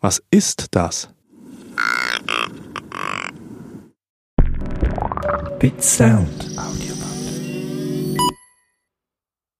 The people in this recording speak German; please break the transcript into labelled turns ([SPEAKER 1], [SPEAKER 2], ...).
[SPEAKER 1] Was ist das?
[SPEAKER 2] Bit Sound.